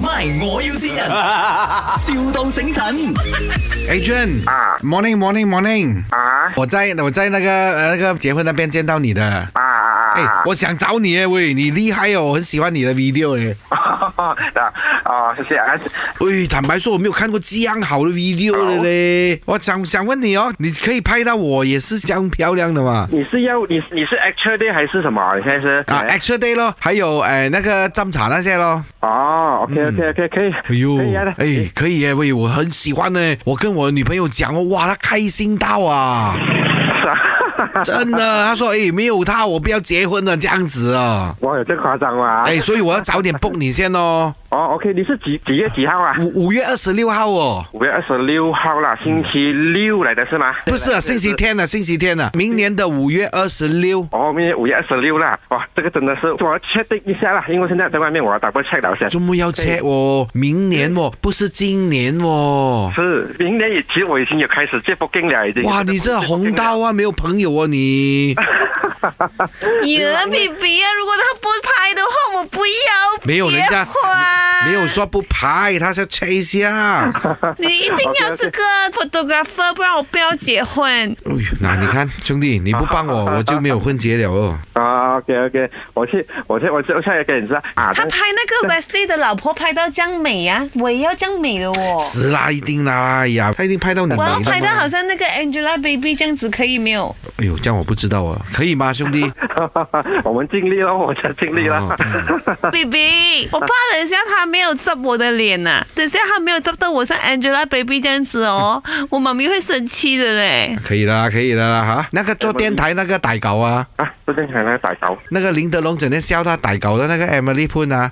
，My 我要先人，,笑到醒神。 Adrian，啊 m o r n i n g morning morning，啊我在我在那个呃那个结婚那边见到你的，啊哎啊，我想找你哎喂，你厉害哦，我很喜欢你的 video 哎，啊！ 啊哦，谢谢啊，喂，坦白说我没有看过这样好的 video 的嘞，我想想问你哦，你可以拍到我也是这样漂亮的嘛？你是要你你是 actual day 还是什么？你现在是哎啊，extra day 咯，还有呃那个斟茶那些咯。哦，OK OK OK 可以，哎呦可以啊，的，哎，可以耶，喂，我很喜欢呢。我跟我女朋友讲哦，哇，她开心到啊，真的，她说，哎，没有她我不要结婚了这样子啊。 哇，有这夸张啊吗？哎，所以我要早点 book 你先哦，哦，OK，你是几几月几号啊？五五月二十六号哦，五月二十六号啦，星期六来的是吗？嗯不是啊，星期。天啊，星期天啊，明年的五月二十六。哦，明天五月二十六啦，哇，这个真的是我要 check 一下啦，因为现在在外面，我要 double check 了先。周末要 check 哦，明年哦，不是今年哦。是，明年也其实我已经有开始接 booking 了，已经。哇，你这红到啊，没有朋友哦你。 呀，B B 啊，如果他不拍的话，我不要没有人家结婚没有说不拍，他是要啊哎 check 一 下。你一定要这个 photographer，不然我不要结婚。哎呦，那你看，兄弟，你不帮 我，我就没有婚结了哦。啊，OK OK，我去，我去，我去，我去给你知道啊。他拍那个 Wesley 的老婆拍到这样美呀、我也要这样美的哦。是啦，一定啦，哎呀，他一定拍到你没我要拍到的嘛好像那个 Angelababy 这样子，可以没有？哎呦，这样我不知道啊，可以吗，兄弟？我们尽力了，我们尽力了。 baby，我怕等下他没有执我的脸呐、等下他没有执到我像 Angelababy 这样子哦，我妈咪会生气的嘞。可以啦，可以的啦哈。那个做电台那个歹搞啊，啊，最近还在打球。那个林德龙整天笑他歹搞的那个 Emily Poon 啊，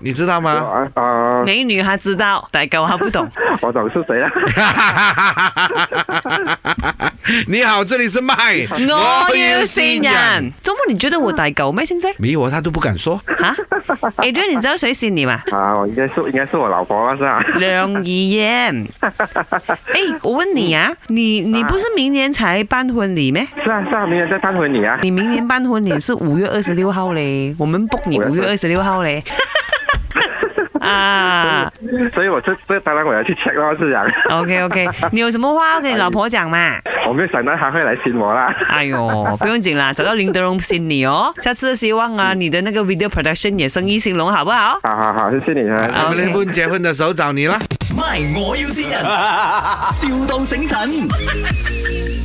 你知道 吗？啊啊，美女她知道，代沟她不懂。我懂是谁了。你好，这里是麦， 我要新人。，周末你觉得我代沟咩？ 现在没有啊，他都不敢说。吓 a d r i a 你知道谁是你吗？啊，我应该是应该是我老婆了是吧？梁怡燕， 哎，我问你啊，你你不是明年才办婚礼咩？是啊是啊，明天再探回你啊。你明年办婚礼是五月二十六号 嘞，我们 book 你五月二十六号嘞。 啊所以我这这当然我要去 check 咯，是讲， ，OK OK，你有什么话要跟你老婆讲嘛？我没有想到他会来亲我啦。哎呦，不用紧啦，找到林德荣信你哦。下次希望啊，你的那个 video production 也生意兴隆，好不好？好好好，谢谢你啊。 Emily Poon 结婚的时候找你啦。 My 我要先人，,笑到醒神。